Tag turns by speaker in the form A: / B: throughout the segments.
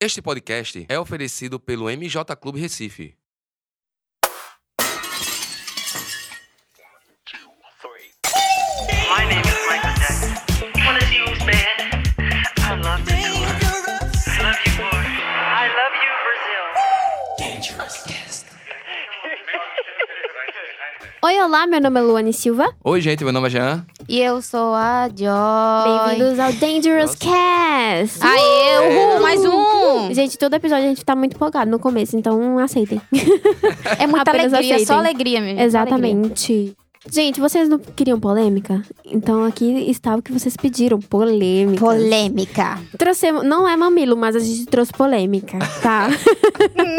A: Este podcast é oferecido pelo MJ Clube Recife.
B: My name is Michael Jackson. One of you, man. I love you. I love you, boy. I love you, Brazil.
C: Oi, olá, meu nome é Luane Silva.
A: Oi, gente, meu nome é Jean.
D: E eu sou a Joy.
C: Bem-vindos ao Dangerous Cast!
D: Aê, uhul, mais um!
C: Gente, todo episódio a gente tá muito empolgado no começo, então aceitem.
D: É muita
C: Apenas
D: alegria,
C: aceitem.
D: só alegria mesmo.
C: Exatamente. Gente, vocês não queriam polêmica? Então aqui está o que vocês pediram, polêmica.
D: Polêmica.
C: Trouxemos, não é mamilo, mas a gente trouxe polêmica, tá?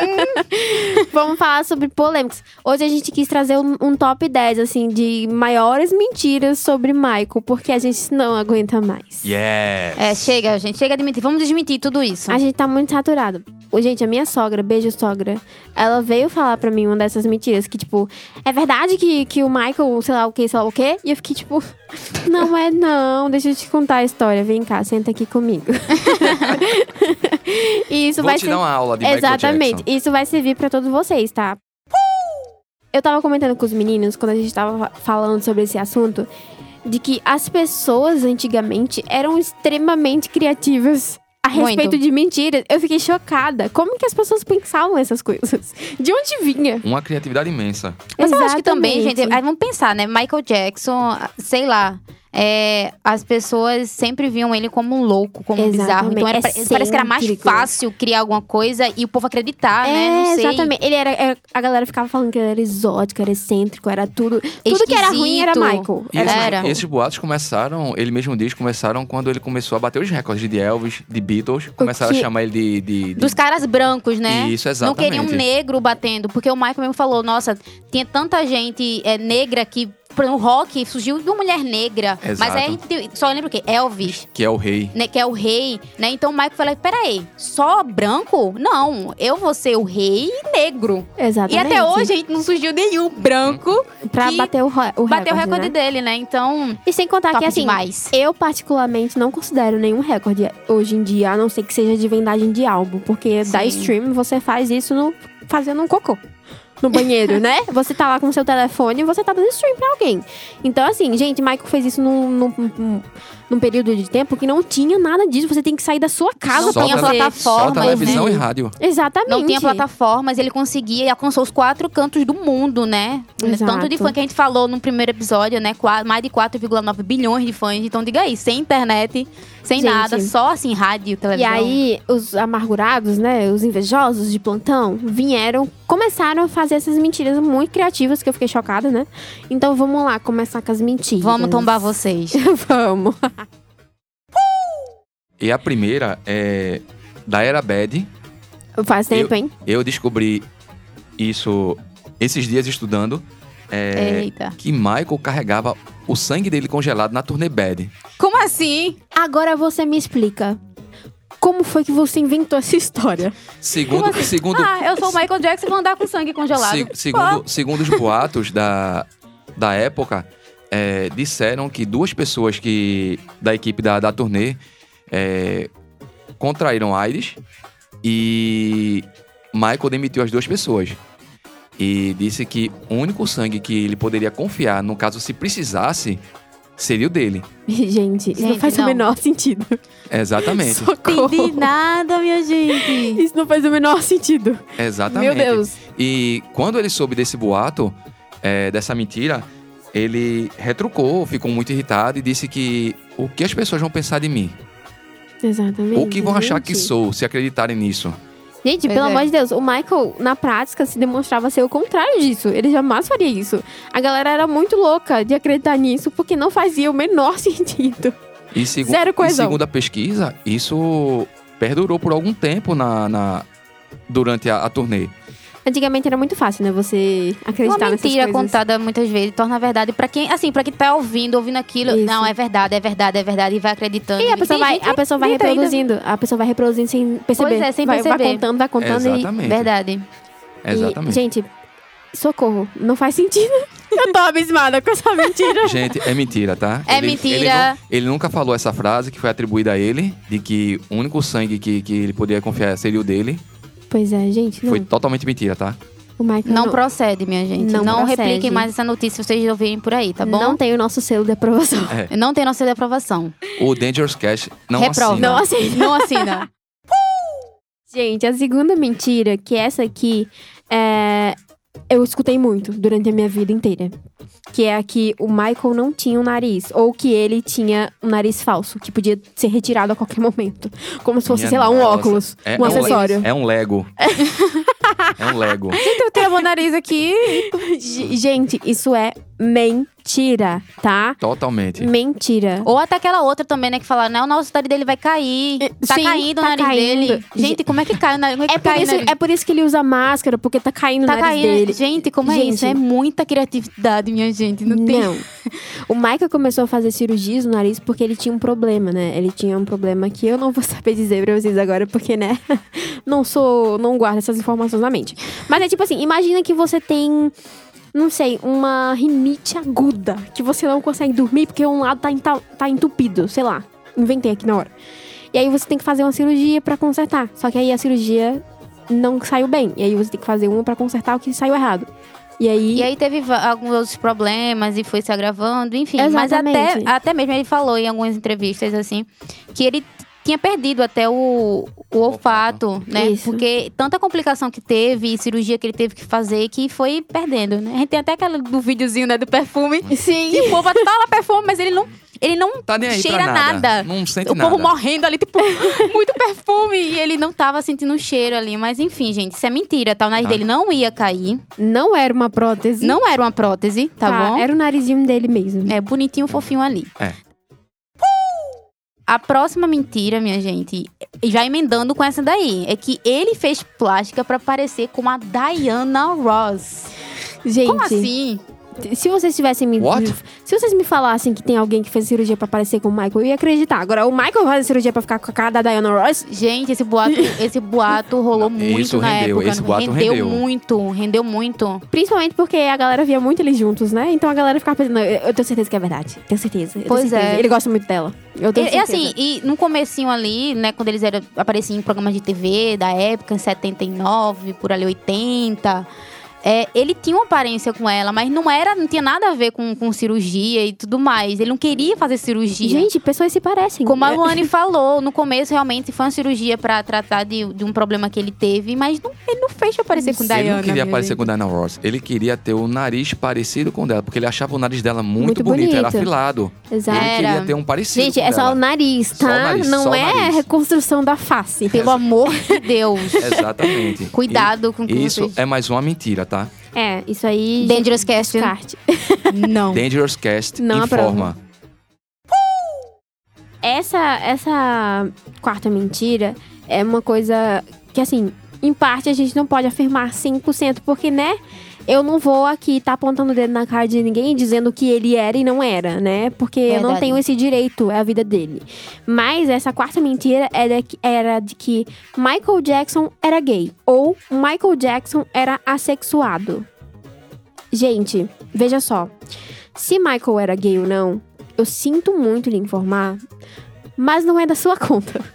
C: Vamos falar sobre polêmicas. Hoje a gente quis trazer um, um top 10, assim, de maiores mentiras sobre Michael, porque a gente não aguenta mais.
A: Yeah!
D: É, chega, gente, chega de mentir. Vamos desmentir tudo isso.
C: A gente tá muito saturado. Ô, Gente, a minha sogra, beijo sogra, ela veio falar pra mim uma dessas mentiras. Que, tipo, é verdade que, que o Michael, sei lá o que, sei lá o quê? E eu fiquei, tipo, não é não, deixa eu te contar a história. Vem cá, senta aqui comigo. e isso
A: Vou
C: vai
A: te
C: ser...
A: dar uma aula de
C: Exatamente.
A: Michael Jackson.
C: Isso vai servir pra todos vocês, tá? Eu tava comentando com os meninos, quando a gente tava fa- falando sobre esse assunto, de que as pessoas antigamente eram extremamente criativas. A
D: Muito.
C: respeito de mentiras, eu fiquei chocada. Como que as pessoas pensavam essas coisas? De onde vinha?
A: Uma criatividade imensa.
D: Mas eu acho que também,
C: Exatamente.
D: gente, aí vamos pensar, né? Michael Jackson, sei lá. é, as pessoas sempre viam ele como um louco, como um bizarro. Então era,
C: Exatamente. É
D: parece que era mais
C: Excêntrico.
D: fácil criar alguma coisa e o povo acreditar, né?
C: é,
D: Não sei.
C: exatamente. Ele era, era- A galera ficava falando que ele era exótico, era excêntrico, era tudo. Tudo que era ruim era
D: Esquisito.
C: Michael.
A: E esses,
D: Era.
A: esses boatos começaram, ele mesmo diz, começaram quando ele começou a bater os recordes de Elvis, de Beatles. Começaram a
C: que-
A: chamar ele de. de, de-
D: Dos caras brancos, né?
A: Isso,
D: Não queria um
A: exatamente.
D: negro batendo, porque o Michael mesmo falou, nossa, tinha tanta gente é, negra que. Por exemplo, o rock surgiu de uma mulher negra.
A: Exato.
D: Mas aí a gente só lembra o quê? Elvis.
A: Que é o rei.
D: Né, que é o rei, né? Então o Michael falou: peraí, só branco? Não, eu vou ser o rei negro.
C: Exatamente.
D: E até hoje a gente não surgiu nenhum branco
C: Pra
D: que
C: bater o, ro- o
D: bater o
C: recorde,
D: recorde
C: né?
D: dele, né? Então,
C: E sem contar
D: top
C: que, assim,
D: demais.
C: eu particularmente não considero nenhum recorde hoje em dia, a não ser que seja de vendagem de álbum. Porque da
D: Sim.
C: stream você faz isso no- fazendo um cocô. No banheiro, né? Você tá lá com seu telefone e você tá dando stream pra alguém. Então, assim, gente, Michael fez isso num, num- num- num período de tempo que não tinha nada disso. Você tem que sair da sua casa
D: Não
C: pra
D: tinha
C: fazer.
D: plataforma,
A: Só televisão
C: né?
A: e rádio.
C: Exatamente.
D: Não tinha plataformas, ele conseguia e alcançou os quatro cantos do mundo, né?
C: Exato.
D: Tanto de fã que a gente falou no primeiro episódio, né? Qua- Mais de 4,9 bilhões de fãs. Então diga aí, sem internet, sem
C: Gente.
D: nada, só assim, rádio,
C: E
D: televisão.
C: aí, os amargurados, né, os invejosos de plantão, vieram, começaram a fazer essas mentiras muito criativas, que eu fiquei chocada, né? Então, vamos lá, começar com as mentiras.
D: Vamos tombar vocês.
C: vamos.
A: E a primeira é. Da Era Bad.
C: Faz tempo, hein?
A: Eu descobri isso esses dias estudando. É,
D: Eita.
A: que Michael carregava o sangue dele congelado na turnê Bad.
D: Como assim?
C: Agora você me explica. Como foi que você inventou essa história?
A: Segundo,
C: Tipo assim,
A: segundo,
D: Ah, eu sou o Michael Jackson e vou andar com sangue
C: um
D: congelado.
A: se- segundo, segundo os boatos da, da época, é, disseram que duas pessoas que da equipe da, da turnê é, contraíram AIDS e Michael demitiu as duas pessoas. E disse que o único sangue que ele poderia confiar, no caso se precisasse, seria o dele.
C: Gente, isso não
D: Gente,
C: faz o
D: não.
C: menor sentido.
A: Exatamente.
C: Socorro.
D: Entendi né? nada, minha gente.
C: Isso não faz o menor sentido.
A: Exatamente.
C: Meu Deus.
A: E quando ele soube desse boato, é, dessa mentira, ele retrucou, ficou muito irritado e disse que o que as pessoas vão pensar de mim?
C: Exatamente.
A: O que vão achar que
C: gente.
A: sou se acreditarem nisso?
C: Gente,
D: Pois
C: pelo
D: é.
C: amor de Deus, o Michael, na prática, se demonstrava ser o contrário disso. Ele jamais faria isso. A galera era muito louca de acreditar nisso, porque não fazia o menor sentido.
A: E, segu
C: Zero
A: e
C: coesão.
A: segundo a pesquisa, isso perdurou por algum tempo na, na- durante a, a turnê.
C: Antigamente era muito fácil, né? Você
D: Uma
C: acreditar nessas
D: mentira
C: coisas.
D: contada muitas vezes torna a verdade pra quem, assim, para quem tá ouvindo, ouvindo aquilo,
C: Isso.
D: não é verdade, é verdade, é verdade e vai acreditando.
C: E é a pessoa
D: Tem
C: vai,
D: gente-
C: a pessoa vai
D: doida.
C: reproduzindo. A pessoa vai reproduzindo sem perceber.
D: Pois é, sem
C: vai, Vai
D: perceber.
C: contando, vai contando
A: Exatamente.
D: Verdade.
C: e. e-
A: Exatamente.
C: gente, socorro. Não faz sentido. Eu tô abismada com essa mentira.
A: Gente, é mentira, tá?
D: É mentira.
A: nu- ele nunca falou essa frase que foi atribuída a ele, de que o único sangue que, que ele poderia confiar seria o dele.
C: Pois é, gente. Não.
A: Foi totalmente mentira, tá?
C: O Michael
D: Não, procede, minha gente.
C: Não
D: Não,
C: procede.
D: repliquem mais essa notícia se vocês ouvirem por aí, tá bom?
C: não tem o nosso selo de aprovação.
A: É.
D: Não tem nossa aprovação.
A: O Dangerous Cash não
D: Reprova.
A: assina.
C: Não aceita.
D: Não assina.
C: Gente, a segunda mentira, que essa aqui é, eu escutei muito durante a minha vida inteira. Que é a que o Michael não tinha um nariz. Ou que ele tinha um nariz falso, que podia ser retirado a qualquer momento. Como se fosse,
A: Minha
C: sei lá, um
A: nossa.
C: óculos,
A: É-
C: um
A: é le-
C: acessório. Então,
A: é um Lego. é um Lego.
D: eu tenho meu nariz aqui.
C: G- Gente, isso é mentira, tá?
A: Totalmente.
C: Mentira.
D: Ou até aquela outra também, né? Que fala, não, nossa, o nariz dele vai cair.
C: É,
D: Tá
C: sim,
D: caindo o
C: tá
D: nariz
C: caindo.
D: dele. Gente, como é que cai o nariz? Como
C: É
D: que
C: por,
D: cai o
C: isso,
D: nariz?
C: é por isso que ele usa máscara, porque tá caindo
D: Tá
C: o nariz
D: caindo.
C: dele.
D: Gente, como é
C: Gente.
D: isso? É muita criatividade, minha gente. Não, tem.
C: Não. O Michael começou a fazer cirurgias no nariz porque ele tinha um problema, né? Ele tinha um problema que eu não vou saber dizer pra vocês agora, porque, né? Não sou. Não guardo essas informações na mente. Mas é tipo assim: imagina que você tem. Não sei, uma rinite aguda, que você não consegue dormir porque um lado tá, enta- tá entupido, sei lá. Inventei aqui na hora. E aí você tem que fazer uma cirurgia pra consertar. Só que aí a cirurgia não saiu bem. E aí você tem que fazer uma pra consertar o que saiu errado. E aí.
D: E aí teve va- alguns outros problemas e foi se agravando, enfim. Mas
C: Exatamente.
D: até, até mesmo ele falou em algumas entrevistas, assim, que ele tinha perdido até o, o olfato, né?
C: Isso.
D: Porque tanta complicação que teve e cirurgia que ele teve que fazer que foi perdendo, né? A gente tem até aquela do videozinho, né, do perfume.
C: Sim.
D: Que o povo até fala perfume, mas ele não, ele não
A: Tá nem aí
D: cheira
A: pra nada.
D: nada.
A: Não sente
D: o
A: nada.
D: povo morrendo ali, tipo, muito perfume. E ele não tava sentindo o cheiro ali. Mas enfim, gente, isso é mentira, tá? O nariz
A: Ah.
D: dele não ia cair.
C: Não era uma prótese.
D: Não era uma prótese, tá, bom?
C: Era o narizinho dele mesmo.
D: É bonitinho, fofinho ali.
A: É.
D: A próxima mentira, minha gente, já emendando com essa daí, é que ele fez plástica pra parecer com a Diana Ross.
C: Gente,
D: Como assim?
C: se vocês tivessem me.
A: What?
C: Se vocês me falassem que tem alguém que fez cirurgia pra parecer com o Michael, eu ia acreditar. Agora, o Michael faz cirurgia pra ficar com a cara da Diana Ross.
D: Gente, esse boato, esse boato rolou
A: Não,
D: muito
A: isso
D: na
A: rendeu,
D: época.
A: esse
D: não-
A: boato rendeu.
D: muito, rendeu muito.
C: Principalmente porque a galera via muito eles juntos, né? Então a galera ficava pensando, eu eu tenho certeza que é verdade. Tenho certeza. eu tenho
D: Pois é.
C: certeza. Ele gosta muito dela. Eu
D: E,
C: tenho
D: e
C: certeza.
D: assim, e no comecinho ali, né, quando eles eram, apareciam em programas de TV da época, em 79, por ali 80, é, ele tinha uma aparência com ela, mas não era, não tinha nada a ver com, com cirurgia e tudo mais. Ele não queria fazer cirurgia.
C: Gente, é. pessoas se parecem.
D: Como a Luane falou, no começo realmente foi uma cirurgia pra tratar de, de um problema que ele teve, mas não- ele não fez aparecer com
A: Ele
D: Diana.
A: não queria
D: minha
A: parecer
D: gente.
A: com Diana Ross. Ele queria ter o nariz parecido com o dela, porque ele achava o nariz dela muito,
C: Muito
A: bonito, era
C: bonito.
A: afilado.
C: É. Exato.
A: Ele
D: Era.
A: queria ter um parecido
C: Gente,
A: com
C: é só o
A: dela.
C: nariz, tá?
A: Só o nariz,
C: não
A: só o
C: é
A: nariz.
C: reconstrução da face.
D: Pelo amor de Deus.
A: Exatamente.
D: Cuidado com o
A: E
D: que
A: Isso
D: vocês...
A: é mais uma mentira, tá?
C: É, isso aí.
D: Dangerous Cast.
C: Descarte.
D: Não.
A: Dangerous Cast
C: Não
A: informa.
C: essa essa quarta mentira é uma coisa que assim, em parte a gente não pode afirmar 100%, porque né, eu não vou aqui tá apontando o dedo na cara de ninguém dizendo que ele era e não era, né? Porque eu não
D: Verdade.
C: tenho esse direito, é a vida dele. Mas essa quarta mentira era, que- era de que Michael Jackson era gay ou Michael Jackson era assexuado. Gente, veja só. Se Michael era gay ou não, eu sinto muito lhe informar, mas não é da sua conta.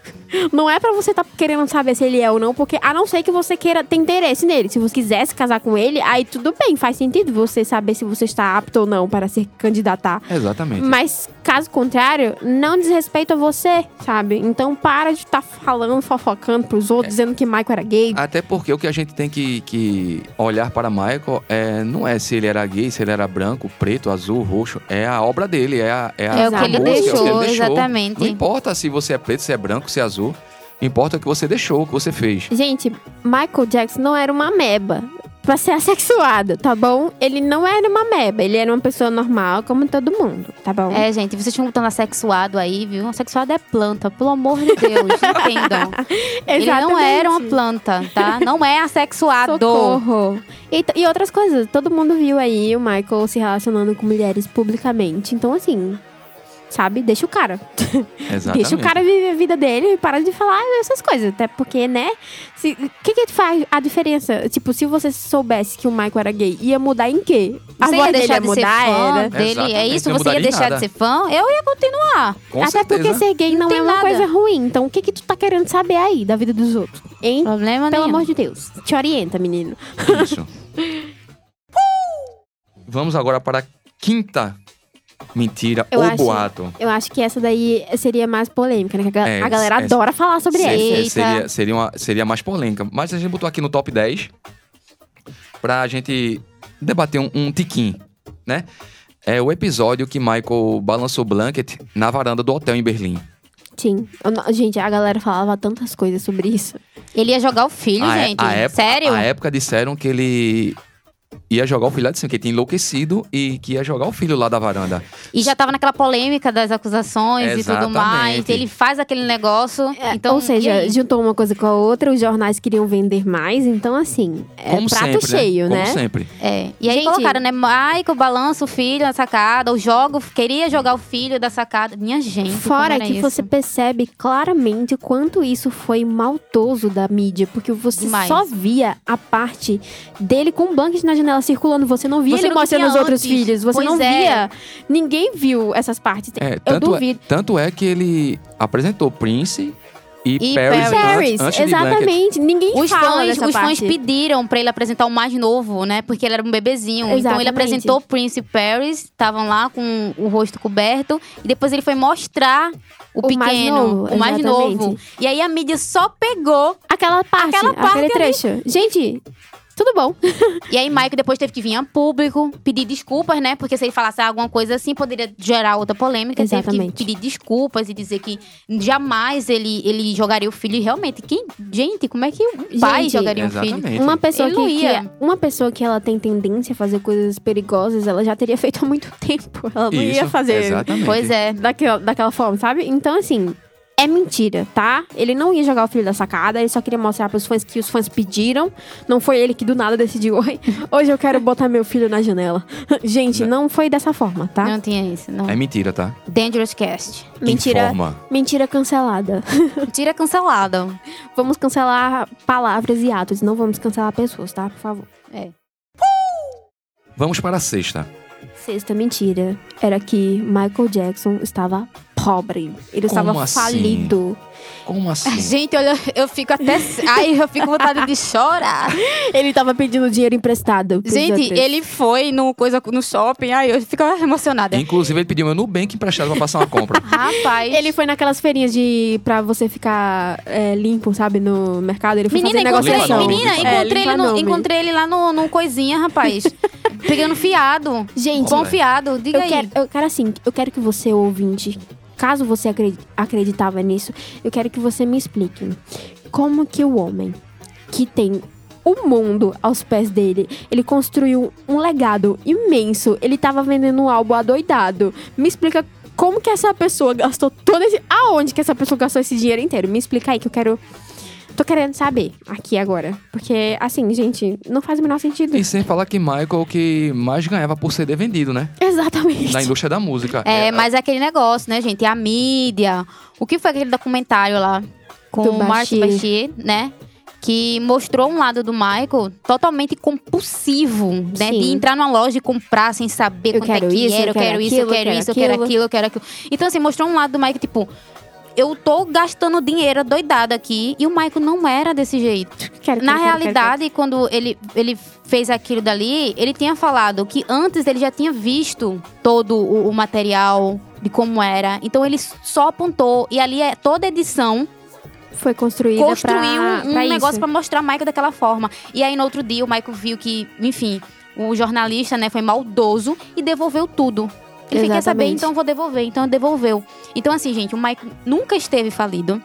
C: Não é pra você tá querendo saber se ele é ou não, porque a não ser que você queira ter interesse nele. Se você quiser se casar com ele, aí tudo bem, faz sentido você saber se você está apto ou não para se candidatar.
A: Exatamente.
C: Mas caso contrário, não diz respeito a você, sabe? Então para de estar falando, fofocando pros outros, dizendo que Michael era gay.
A: Até porque o que a gente tem que, que olhar para Michael é, não é se ele era gay, se ele era branco, preto, azul, roxo. É a obra dele, é a, é a,
D: É o que ele
A: música,
D: deixou,
A: é o que ele deixou.
D: exatamente.
A: Não importa se você é preto, se é branco, se é azul. Importa o que você deixou, o que você fez.
C: Gente, Michael Jackson não era uma meba pra ser assexuado, tá bom? Ele não era uma meba, ele era uma pessoa normal, como todo mundo, tá bom?
D: É, gente, vocês estão botando assexuado aí, viu? Assexuado é planta, pelo amor de Deus, entendam. Ele não era uma planta, tá? Não é assexuado.
C: Socorro. E, t- e outras coisas, todo mundo viu aí o Michael se relacionando com mulheres publicamente. Então, assim, Sabe? Deixa o cara.
A: Exatamente.
C: Deixa o cara viver a vida dele e para de falar essas coisas. Até porque, né? se- O que que faz a diferença? Tipo, se você soubesse que o Michael era gay, ia mudar em quê? A
D: Você
C: voz
D: ia
C: dele
D: deixar
C: ia
D: de ser
C: mudar,
D: fã
C: era?
D: dele? É
A: Exatamente,
D: isso?
A: não
D: Você ia
A: mudaria
D: deixar
A: nada.
D: de ser fã? Eu ia continuar.
A: Com
C: Até
A: certeza.
C: porque ser gay não,
D: Não
C: é
D: tem
C: uma
D: nada.
C: coisa ruim. Então, o que que tu tá querendo saber aí da vida dos outros? Hein?
D: Problema
C: Pelo
D: nenhum.
C: amor de Deus. Te orienta, menino.
A: é Isso. Vamos agora para a quinta mentira
C: Eu
A: ou
C: acho-
A: boato.
C: Eu acho que essa daí seria mais polêmica, né? Que a, ga-
A: É,
C: a galera
A: essa-
C: adora falar sobre tá?
A: Se-
C: essa.
A: se-
D: Eita.
A: Seria, seria, uma- seria mais polêmica. Mas a gente botou aqui no top 10 pra gente debater um, um tiquinho, né? É o episódio que Michael balançou blanket na varanda do hotel em Berlim.
C: Sim. Eu não- Gente, a galera falava tantas coisas sobre isso.
D: Ele ia jogar o filho,
A: é-
D: gente.
A: época,
D: Sério?
A: A época disseram que ele ia jogar o filho lá de cima, que ele tinha enlouquecido e que ia jogar o filho lá da varanda.
D: E já tava naquela polêmica das acusações e tudo mais.
A: Exatamente.
D: Ele faz aquele negócio. então,
C: É, Ou
D: e
C: seja,
D: aí?
C: juntou uma coisa com a outra, os jornais queriam vender mais, então assim, é
A: Como
C: prato
A: sempre,
C: cheio, né?
A: Como sempre.
D: É. E aí
C: Gente-
D: colocaram, né? Michael balança o filho na sacada, o jogo, queria jogar o filho da sacada. Minha gente. como
C: Fora
D: era
C: que
D: isso?
C: você percebe claramente o quanto isso foi maltoso da mídia, porque você
D: Demais.
C: só via a parte dele com o blanket na janela circulando, você não via
D: Você
C: ele
D: não
C: mostrando
D: via
C: os outros
D: antes.
C: filhos, você
D: Pois
C: não
D: é.
C: via. Ninguém viu essas partes.
A: É,
C: Eu
A: tanto, é,
C: duvido.
A: tanto é que ele apresentou Prince e,
D: E
A: Paris,
D: Paris.
A: antes-
C: Paris,
A: antes de Blanket.
C: exatamente. Ninguém
D: Os
C: fala
D: fãs,
C: dessa
D: os fãs
C: parte.
D: pediram pra ele apresentar o mais novo, né? Porque ele era um bebezinho. Então
C: Exatamente.
D: ele apresentou Prince e Paris, estavam lá com o rosto coberto. E depois ele foi mostrar o,
C: O mais
D: pequeno,
C: novo,
D: o mais
C: exatamente.
D: novo. E aí a mídia só pegou.
C: Aquela parte,
D: Aquela parte
C: aquele
D: ali.
C: trecho. Gente, tudo bom.
D: E aí Michael depois teve que vir a público, pedir desculpas, né? Porque se ele falasse alguma coisa assim, poderia gerar outra polêmica. Ele Teve
C: Exatamente.
D: que pedir desculpas e dizer que jamais ele, ele jogaria o filho. E realmente, quem, gente, como é que o pai
C: Gente,
D: jogaria um filho?
A: Exatamente.
C: Uma pessoa
D: Ele
C: que,
D: não
C: que-
D: ia.
C: uma pessoa que ela tem tendência a fazer coisas perigosas, ela já teria feito há muito tempo. Ela não ia
A: Isso,
C: fazer
A: Exatamente.
D: Pois é.
C: daquela, daquela forma, sabe? Então, assim, é mentira, tá? Ele não ia jogar o filho da sacada, ele só queria mostrar pros fãs que os fãs pediram. Não foi ele que do nada decidiu, "Oi, hoje eu quero botar meu filho na janela. Gente,
A: Né?
C: não foi dessa forma, tá?
D: Não tinha isso, não.
A: É mentira, tá?
D: Dangerous Cast.
C: Mentira,
A: Informa.
C: mentira cancelada.
D: Tira cancelado.
C: Vamos cancelar palavras e atos, não vamos cancelar pessoas, tá? Por favor.
D: É.
A: Vamos para a sexta.
C: Sexta mentira era que Michael Jackson estava pobre. Ele estava
A: assim?
C: falido.
A: Como assim?
D: Gente, olha, eu fico até. Ai, eu fico com vontade de chorar.
C: Ele estava pedindo dinheiro emprestado. pros
D: Gente,
C: outros.
D: ele foi no, coisa, no shopping. Ai, eu fico emocionada.
A: Inclusive, ele pediu meu Nubank emprestado pra passar uma compra.
D: Rapaz.
C: Ele foi naquelas feirinhas de pra você ficar é, limpo, sabe, no mercado. Ele foi
D: Menina,
C: fazer
D: encontrei,
A: negociação.
D: menina,
A: Limpa
C: É,
D: encontrei,
C: limpa
D: ele no,
C: nome.
D: encontrei ele lá no, no coisinha, rapaz. Pegando fiado.
C: Gente,
D: Bom fiado, diga
C: eu
D: aí.
C: quero, eu quero assim, eu quero que você ouvinte, caso você acre- acreditava nisso, eu quero que você me explique como que o homem que tem o mundo aos pés dele, ele construiu um legado imenso, ele tava vendendo um álbum adoidado. Me explica como que essa pessoa gastou todo esse aonde que essa pessoa gastou esse dinheiro inteiro? Me explica aí que eu quero Tô querendo saber aqui agora. Porque, assim, gente, não faz o menor sentido.
A: e sem falar que Michael que mais ganhava por CD vendido, né?
C: Exatamente.
A: Na indústria da música.
D: É, mas é aquele negócio, né, gente? A mídia. O que foi aquele documentário lá com
C: Do
D: o Martin Bashir,
C: Bashir.
D: né? Que mostrou um lado do Michael totalmente compulsivo, né?
C: Sim.
D: De entrar numa loja e comprar sem saber
C: Eu
D: quanto é
C: quero
D: que
C: isso,
D: era, eu quero isso, eu quero isso, eu quero aquilo, eu quero aquilo. Então, assim, mostrou um lado do Michael, tipo, eu tô gastando dinheiro doidado aqui. E o Michael não era desse jeito.
C: Quero,
D: Na
C: quero, quero, quero,
D: realidade, quando ele, ele fez aquilo dali, ele tinha falado que antes ele já tinha visto todo o, o material de como era. Então ele só apontou. E ali é toda edição
C: foi construída
D: construiu
C: pra,
D: um, um
C: pra isso.
D: negócio pra mostrar o Michael daquela forma. E aí no outro dia o Michael viu que, enfim, o jornalista, né, foi maldoso e devolveu tudo. Ele quer saber,
C: Exatamente.
D: então eu vou devolver, então devolveu. Então assim, gente, o Michael nunca esteve falido.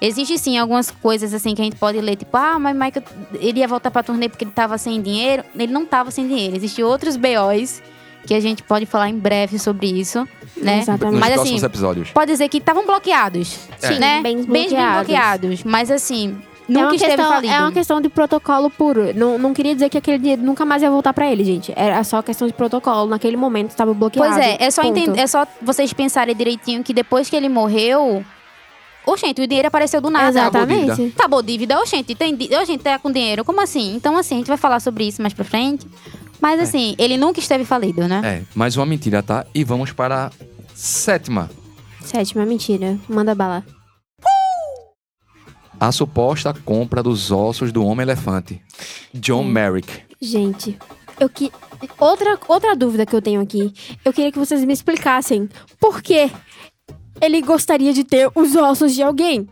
D: Existe sim algumas coisas assim que a gente pode ler, tipo, ah, mas Michael, ele ia voltar pra turnê porque ele tava sem dinheiro. Ele não tava sem dinheiro. Existem outros BOs que a gente pode falar em breve sobre isso, né?
A: Nos
C: Exatamente.
D: Mas,
A: próximos
D: assim,
A: episódios.
D: Pode dizer que estavam bloqueados,
A: Sim,
D: né?
C: bens
D: Bens bem
C: bloqueados.
D: bloqueados. Mas assim, Nunca
C: é uma
D: esteve
C: questão,
D: falido.
C: É uma questão de protocolo puro. Não, não queria dizer que aquele dinheiro nunca mais ia voltar pra ele, gente. Era só questão de protocolo. Naquele momento estava bloqueado.
D: Pois é, é só,
C: Ponto.
D: entender, é só vocês pensarem direitinho que depois que ele morreu. Oxente, o dinheiro apareceu do nada.
A: dívida.
C: Exatamente.
D: Acabou dívida. Oxente, tem di- oxente, tá com dinheiro. Como assim? Então, assim, a gente vai falar sobre isso mais pra frente. Mas, assim, ele nunca esteve falido, né?
A: É, mais uma mentira, tá? E vamos para a sétima.
C: Sétima mentira. Manda bala.
A: A suposta compra dos ossos do Homem-Elefante. John
D: Hum.
A: Merrick.
C: Gente, eu que. Outra, outra dúvida que eu tenho aqui. Eu queria que vocês me explicassem por que ele gostaria de ter os ossos de alguém.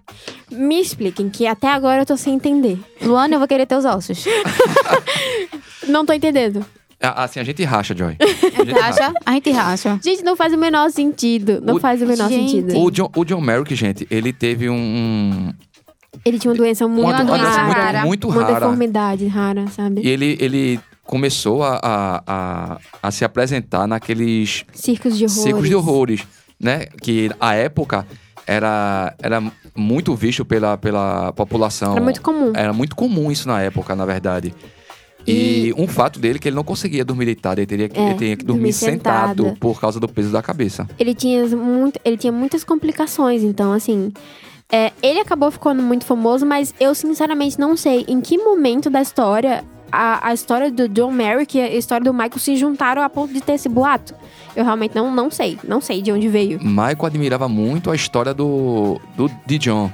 C: Me expliquem, que até agora eu tô sem entender.
D: Luana, eu vou querer ter os ossos.
C: Não tô entendendo.
A: Ah, Assim, a gente racha, Joy. A gente racha.
D: Racha? A gente racha.
C: Gente, não faz o menor sentido. Não
A: O-
C: faz o menor
D: Gente.
C: sentido.
A: O John, o John Merrick, gente, ele teve um- um...
C: Ele tinha uma doença muito
A: uma, uma
D: doença
A: doença muito,
D: rara.
A: muito
C: Uma
A: rara.
C: deformidade rara, sabe?
A: E ele, ele começou a, a, a, a se apresentar naqueles
C: Circos de horror.
A: ciclos de horrores, né? Que a época era, era muito visto pela, pela população.
C: Era muito comum.
A: Era muito comum isso na época, na verdade. E, um fato dele é que ele não conseguia dormir deitado, ele, teria que,
C: É,
A: ele tinha que dormir
C: dormir
A: sentado
C: sentado.
A: por causa do peso da cabeça.
C: Ele tinha, muito, ele tinha muitas complicações, então, assim. é, ele acabou ficando muito famoso, mas eu sinceramente não sei em que momento da história a, a história do John Merrick e a história do Michael se juntaram a ponto de ter esse boato. Eu realmente não, não sei. Não sei de onde veio.
A: Michael admirava muito a história do, do de John,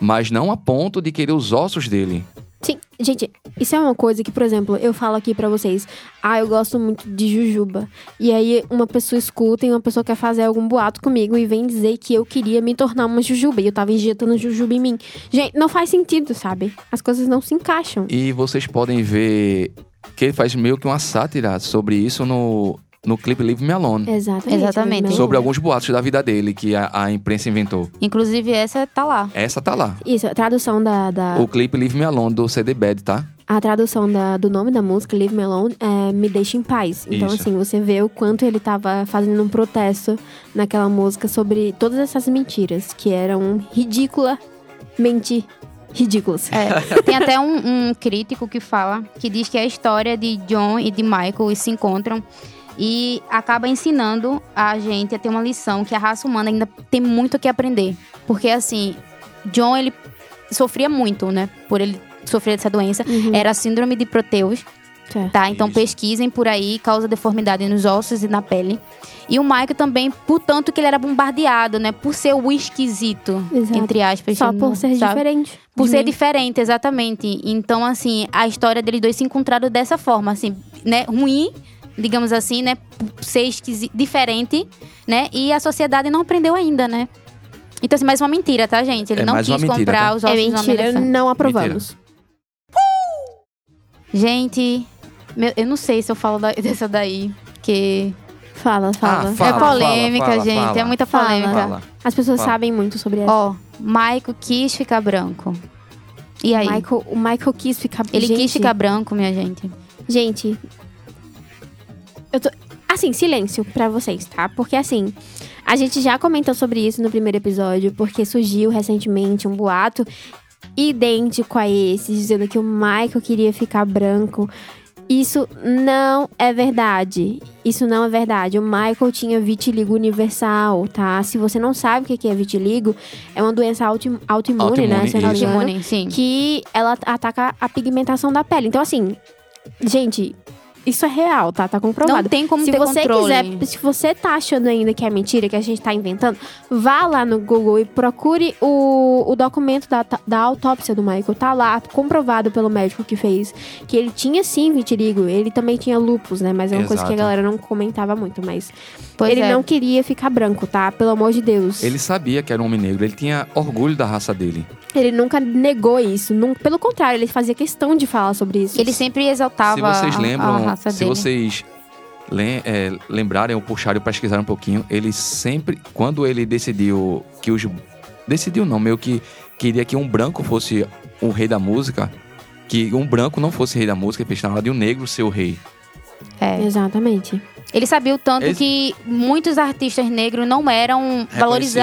A: mas não a ponto de querer os ossos dele.
C: Sim, gente, isso é uma coisa que, por exemplo, eu falo aqui pra vocês. Ah, eu gosto muito de Jujuba. E aí uma pessoa escuta e uma pessoa quer fazer algum boato comigo e vem dizer que eu queria me tornar uma Jujuba. E eu tava injetando Jujuba em mim. Gente, não faz sentido, sabe? As coisas não se encaixam.
A: E vocês podem ver que ele faz meio que uma sátira sobre isso no, no clipe Leave Me Alone.
C: Exatamente. né?
D: Exatamente.
C: meu irmão.
A: Sobre alguns boatos da vida dele que a, a imprensa inventou.
D: Inclusive, essa tá lá.
A: Essa tá lá.
C: Isso, a tradução da. da-
A: O clipe Leave Me Alone do CD Bad, tá?
C: A tradução da- do nome da música, Leave Me Alone, é Me Deixa em Paz. Então,
A: Isso.
C: assim, você vê o quanto ele tava fazendo um protesto naquela música sobre todas essas mentiras, que eram ridiculamente ridículas.
D: É, tem até um, um crítico que fala, que diz que a história de John e de Michael se encontram e acaba ensinando a gente a ter uma lição que a raça humana ainda tem muito o que aprender. Porque assim, John ele sofria muito, né? Por ele sofrer dessa doença.
C: Uhum.
D: Era a síndrome de Proteus,
C: Certo.
D: tá? Então
A: Isso.
D: pesquisem por aí, causa deformidade nos ossos e na pele. E o Michael também, por tanto que ele era bombardeado, né? Por ser o esquisito,
C: Exato.
D: entre aspas.
C: Só
D: não-
C: por ser
D: sabe?
C: diferente.
D: Por
C: de
D: ser
C: mim.
D: diferente, exatamente. Então, assim, a história deles dois se encontraram dessa forma, assim, né? Ruim, digamos assim, né? por Ser esquisi- diferente, né? E a sociedade não aprendeu ainda, né? Então, assim, mais uma mentira, tá, gente? Ele
A: É
D: não
A: mais
D: quis
A: uma mentira,
D: comprar
A: tá?
D: os
C: É
D: ossos do
C: mentira,
D: elefante.
C: não aprovamos.
D: Gente, meu- eu não sei se eu falo da- dessa daí, que
C: Fala, fala.
A: Ah, fala.
D: é polêmica,
A: fala,
D: gente.
A: fala.
D: É muita
C: Fala.
D: polêmica.
A: Fala.
C: As pessoas
A: Fala.
C: sabem muito sobre essa.
D: Ó, Michael quis ficar branco. E aí?
C: Michael, o Michael quis ficar
D: Ele
C: Gente,
D: quis ficar branco, minha gente.
C: Gente, eu tô. Assim, silêncio pra vocês, tá? Porque assim, a gente já comentou sobre isso no primeiro episódio, porque surgiu recentemente um boato idêntico a esse, dizendo que o Michael queria ficar branco. Isso não é verdade. Isso não é verdade. O Michael tinha vitiligo universal, tá? Se você não sabe o que que é vitiligo, é uma doença autoim- autoimune, né?
A: Autoimune,
C: Se eu não me
A: isso.
C: engano
D: Autoimune, sim.
C: que ela at- ataca a pigmentação da pele. Então, assim, gente, isso é real, tá? Tá comprovado.
D: Não tem como
C: se
D: ter
C: você
D: controle.
C: quiser, se você tá achando ainda que é mentira, que a gente tá inventando, vá lá no Google e procure o, o documento da, ta- da autópsia do Michael. Tá lá, comprovado pelo médico que fez, que ele tinha sim vitiligo, ele também tinha lupus, né? Mas é uma coisa que a
A: Exato.
C: galera não comentava muito, mas
D: Pois
C: ele
D: é.
C: não queria ficar branco, tá? Pelo amor de Deus.
A: Ele sabia que era um homem negro, ele tinha orgulho da raça dele.
C: Ele nunca negou isso. nun- pelo contrário, ele fazia questão de falar sobre isso.
D: Ele sempre exaltava
A: se vocês
D: a-
A: lembram,
D: a raça
A: se
D: dele.
A: vocês lem- é, lembrarem ou puxarem ou pesquisarem um pouquinho, ele sempre, quando ele decidiu que os decidiu não, meio que queria que um branco fosse o rei da música, que um branco não fosse rei da música, ele fez na hora de um negro ser o rei.
D: É.
C: Exatamente.
D: Ele sabia o tanto
A: Esse-
D: que muitos artistas negros não eram valorizados,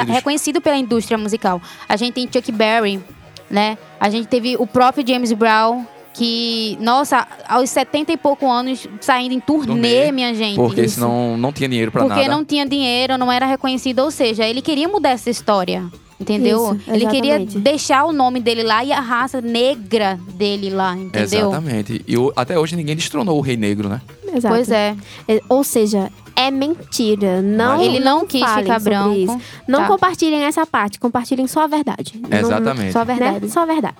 A: Reconhecidos.
D: reconhecidos pela indústria musical. A gente tem Chuck Berry, né? A gente teve o próprio James Brown, que, nossa, aos 70 e pouco anos, saindo em turnê,
A: Turnê,
D: minha gente.
A: Porque
D: Isso.
A: senão não tinha dinheiro pra
D: Porque
A: nada.
D: não tinha dinheiro, não era reconhecido. Ou seja, ele queria mudar essa história. Entendeu?
C: Isso,
D: ele queria
C: exatamente.
D: deixar o nome dele lá e a raça negra dele lá, entendeu?
A: Exatamente. E o- até hoje ninguém destronou o Rei Negro, né?
C: Exato.
D: Pois é.
C: É, Ou seja, é mentira. Não,
D: Ele não quis
C: falem
D: ficar
C: sobre
D: branco.
C: isso. Não
D: Tá.
C: compartilhem essa parte, compartilhem só a verdade. Não-
A: Exatamente.
D: Só a verdade.
C: Né? Só a verdade.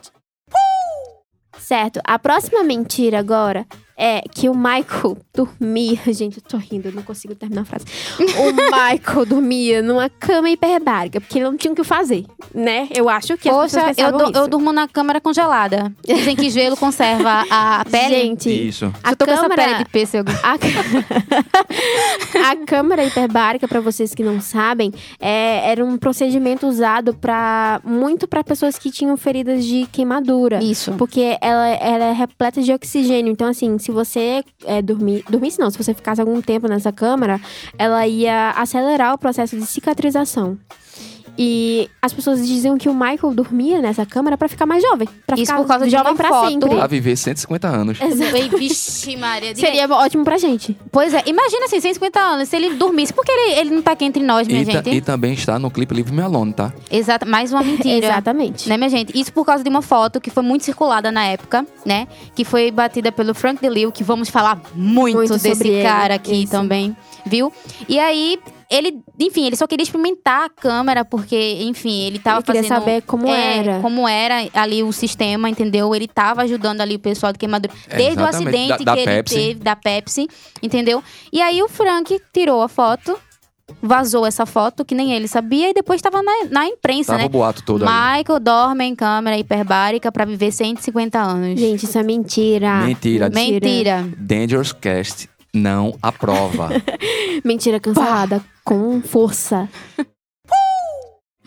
C: Certo, a próxima mentira agora é que o Michael dormia. Gente, eu tô rindo, eu não consigo terminar a frase. O Michael dormia numa cama hiperbárica, porque ele não tinha o que fazer, né? Eu acho que as
D: Poxa,
C: pessoas
D: eu,
C: pensavam
D: du-
C: isso.
D: eu durmo na câmara congelada. Dizem que gelo conserva a a pele.
C: Gente,
A: Isso.
C: a
D: eu tô com essa
C: câmara-
D: pele de pêssego.
C: A, ca- a câmara hiperbárica, pra vocês que não sabem, é- era um procedimento usado para muito para pessoas que tinham feridas de queimadura.
D: Isso.
C: Porque ela, ela é repleta de oxigênio. Então, assim, se você é, dormir. Dormisse não, se você ficasse algum tempo nessa câmara, ela ia acelerar o processo de cicatrização. E as pessoas diziam que o Michael dormia nessa câmara pra ficar mais jovem. Pra
D: Isso
C: ficar
D: por causa de
C: jovem
D: uma
C: pra
D: foto.
C: sempre.
A: Pra viver 150 anos.
D: É,
C: Exato.
D: Ei, Vixe, Maria. diga aí.
C: Seria ótimo pra gente.
D: Pois é, imagina assim, 150 anos, se ele dormisse, porque ele, ele não tá aqui entre nós, minha
A: E, ta-
D: gente.
A: e também está no clipe Livre Me Alone, tá?
D: Exato, mais uma mentira.
C: Exatamente.
D: Né, minha gente? Isso por causa de uma foto que foi muito circulada na época, né? Que foi batida pelo Frank DeLeo, que vamos falar muito,
C: Muito sobre
D: desse
C: ele,
D: cara aqui
C: isso.
D: também, viu? E aí, ele, enfim, ele só queria experimentar a câmera, porque, enfim, ele tava
C: Ele queria
D: fazendo-
C: saber como
D: É,
C: era.
D: Como era ali o sistema, entendeu? Ele tava ajudando ali o pessoal do queimadura.
A: É,
D: Desde o
A: exatamente,
D: acidente
A: da- da
D: que
A: Pepsi.
D: ele teve, da Pepsi, entendeu? E aí o Frank tirou a foto, vazou essa foto, que nem ele sabia, e depois tava na, na imprensa,
A: Tava
D: né?
A: o boato todo aí.
D: Michael dorme em câmara hiperbárica pra viver 150 anos.
C: Gente, isso é mentira.
A: Mentira.
D: Mentira.
A: Dangerous Cast não aprova.
C: Mentira cancelada com força.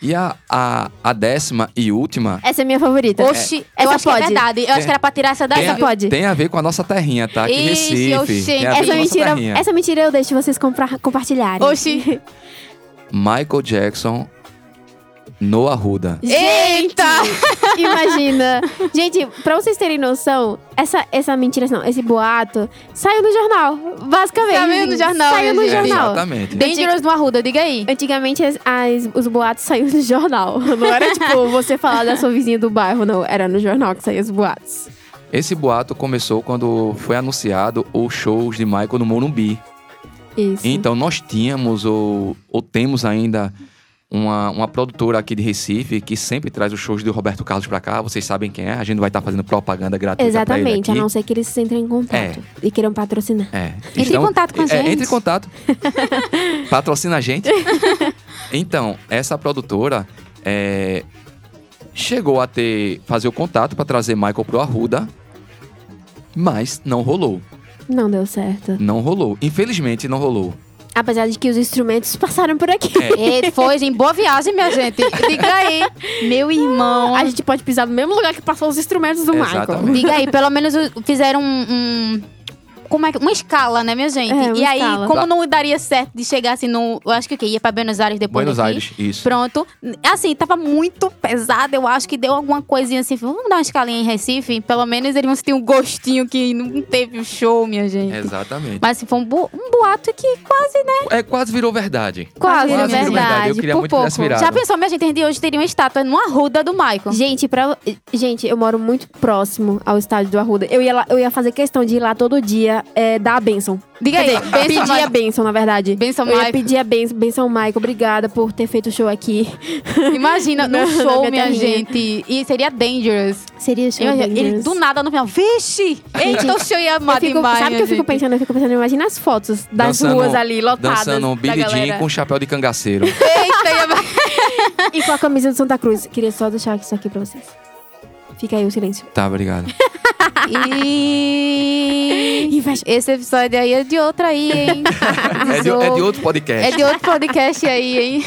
A: e a, a, a décima e última
C: Essa é minha favorita.
D: Oxi, eu
C: Essa
D: acho que é
C: pode.
D: verdade. Eu acho que era pra tirar essa
A: tem
D: dessa.
A: a,
C: Essa pode.
A: tem a ver com a nossa terrinha, tá? Aqui em
D: Ixi,
A: Recife.
D: oxente.
A: Tem É, a ver com
C: essa
A: a nossa
C: mentira, é-
A: terrinha.
C: essa mentira eu deixo vocês comprar, compartilharem.
D: Oxi.
A: Michael Jackson no Arruda.
D: Eita!
C: Imagina. Gente, pra vocês terem noção, essa, essa mentira, não, esse boato saiu no jornal. Basicamente.
D: Saiu no jornal,
C: Saiu no
D: minha gente.
C: jornal. né,
A: Exatamente.
D: Dangerous no Arruda, diga aí.
C: Antigamente, as- as- os boatos saíam no jornal. Não era tipo você falar da sua vizinha do bairro, não. Era no jornal que saíam os boatos.
A: Esse boato começou quando foi anunciado os shows de Michael no Morumbi.
C: Isso.
A: Então nós tínhamos ou, ou temos ainda uma, uma produtora aqui de Recife que sempre traz os shows do Roberto Carlos pra cá. Vocês sabem quem é. A gente vai estar fazendo propaganda gratuita
C: Exatamente,
A: pra
C: a
A: ele
C: não
A: aqui.
C: ser que eles entrem em contato e queiram patrocinar.
A: É,
D: Entre em contato com a
A: É,
D: gente.
A: entre em contato. Patrocina a gente. Então, essa produtora é, chegou a ter fazer o contato pra trazer Michael pro Arruda, mas não rolou.
C: Não deu certo.
A: Não rolou. Infelizmente, não rolou.
C: Apesar de que os instrumentos passaram por aqui.
A: É.
D: E foi, gente. Boa viagem, minha gente. Diga aí. Meu irmão.
C: A gente pode pisar no mesmo lugar que passou os instrumentos do
A: Exatamente.
C: Michael.
D: Diga aí, pelo menos o- fizeram um. um- como é que- Uma escala, né, minha gente?
C: É, uma
D: e aí,
C: escala.
D: como não daria certo de chegar assim no. Eu acho que o quê? Ia pra Buenos Aires depois
A: Buenos
D: daqui?
A: Aires, isso.
D: Pronto. Assim, tava muito pesado. Eu acho que deu alguma coisinha assim. Vamos dar uma escalinha em Recife? Pelo menos eles vão sentir um gostinho que não teve o show, minha gente.
A: Exatamente.
D: Mas assim, foi um, bo- um boato que quase, né?
A: É, quase virou verdade. Quase
D: Quase, né?
A: virou verdade. Eu queria
C: por
A: muito que tivesse
C: pouco.
A: virado.
D: Já pensou, minha gente, a gente hoje teria uma estátua numa ruda do Michael.
C: Gente, pra... gente, eu moro muito próximo ao estádio do Arruda. Eu ia, lá- eu ia fazer questão de ir lá todo dia é, dar a bênção.
D: Diga aí,
C: Quer dizer,
D: bênção,
C: pedir a
D: Michael.
C: bênção, na verdade.
D: Bênção,
C: eu ia
D: Michael.
C: pedir a bênção, bênção, Michael. Obrigada por ter feito o show aqui.
D: Imagina,
C: Na-
D: num
C: na
D: show,
C: minha
D: minha
C: terrinha.
D: gente. E seria dangerous.
C: Seria show.
D: Imagina, ele
C: dangerous.
D: do nada no final, vixe! Eita, o show ia amar
C: Eu fico,
D: demais.
C: sabe o que eu fico
D: gente.
C: pensando? Eu fico pensando, imagina as fotos das
A: Dançando-
C: ruas ali, lotadas.
A: Dançando um
C: da
A: Billie Jean
C: galera.
A: com um chapéu de cangaceiro.
D: Eita, ia amar.
C: E com a camisa do Santa Cruz. Queria só deixar isso aqui pra vocês. Fica aí o silêncio.
A: tá, obrigado.
D: E...
C: E fecha.
D: Esse episódio aí é de outra aí, hein?
A: É de, é de outro podcast.
D: É de outro podcast aí, hein?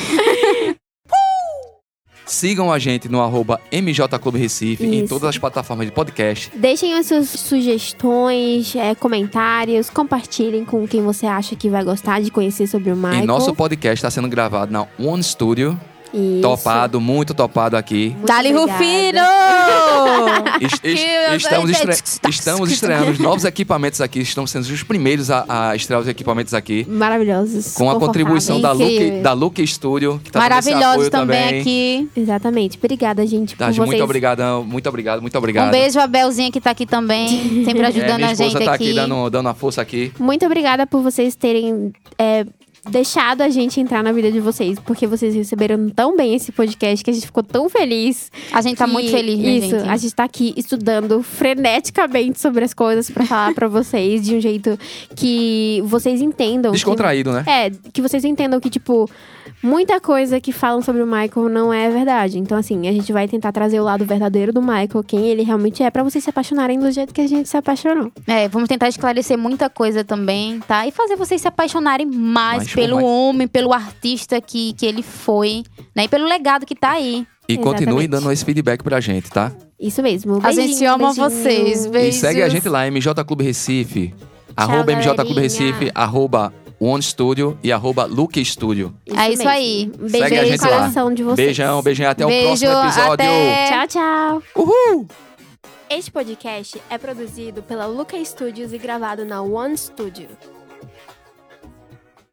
A: Sigam a gente no arroba MJ Clube Recife em
C: Isso.
A: todas as plataformas de podcast.
C: Deixem as suas sugestões, é, comentários, compartilhem com quem você acha que vai gostar de conhecer sobre o Michael.
A: tá E nosso podcast está sendo gravado na One Studio,
C: Isso.
A: Topado, muito topado aqui.
C: Muito
D: Dali
C: obrigada.
D: Rufino!
A: Es- es-
D: Que-
A: estamos, estre-
D: Tsk,
A: estamos
D: tsk,
A: estreando os novos equipamentos aqui. Estamos sendo os primeiros a, a estrear os equipamentos aqui.
C: Maravilhosos.
A: Com a contribuição da Look,
C: Incríveis.
A: da Look Studio, que tá dando esse
D: Maravilhoso
A: apoio
D: também, aqui. Um
C: Exatamente. Obrigada, gente, por
A: Tati,
C: vocês.
A: muito obrigadão, muito obrigado, muito obrigado.
D: Um beijo a Belzinha que tá aqui também, sempre
A: É,
D: ajudando
A: minha
D: a gente
A: esposa tá aqui,
D: aqui.
A: dando, dando a força aqui.
C: Muito obrigada por vocês terem é, deixado a gente entrar na vida de vocês, porque vocês receberam tão bem esse podcast que a gente ficou tão feliz.
D: A gente tá
C: que-
D: muito feliz, né,
C: Isso,
D: gente?
C: a gente tá aqui estudando freneticamente sobre as coisas pra falar pra vocês de um jeito que vocês entendam. que-
A: Descontraído, né?
C: é, que vocês entendam que, tipo, muita coisa que falam sobre o Michael não é verdade. Então, assim, a gente vai tentar trazer o lado verdadeiro do Michael, quem ele realmente é, pra vocês se apaixonarem do jeito que a gente se apaixonou.
D: É, vamos tentar esclarecer muita coisa também, tá? E fazer vocês se apaixonarem mais
A: Mais por
D: pelo
A: mais.
D: homem, pelo artista que, que ele foi, né? E pelo legado que tá aí.
A: E continue
C: exatamente.
A: dando esse feedback pra gente, tá?
C: Isso mesmo.
D: a gente
C: Beijinho,
D: ama
C: beijinho.
D: vocês. Beijos.
A: E segue a gente lá, MJ Clube Recife. arroba
C: galerinha.
A: MJ Clube Recife, arroba One Studio e arroba Look Studio.
D: É isso
C: mesmo.
D: aí.
A: Segue
C: Um Beijo
A: a
C: no
A: gente lá.
C: coração de vocês.
A: Beijão, beijão. e Até
D: Beijo,
A: o próximo episódio.
D: até.
C: Tchau, tchau.
A: Uhul!
C: Este podcast é produzido pela Luca Studios e gravado na One Studio.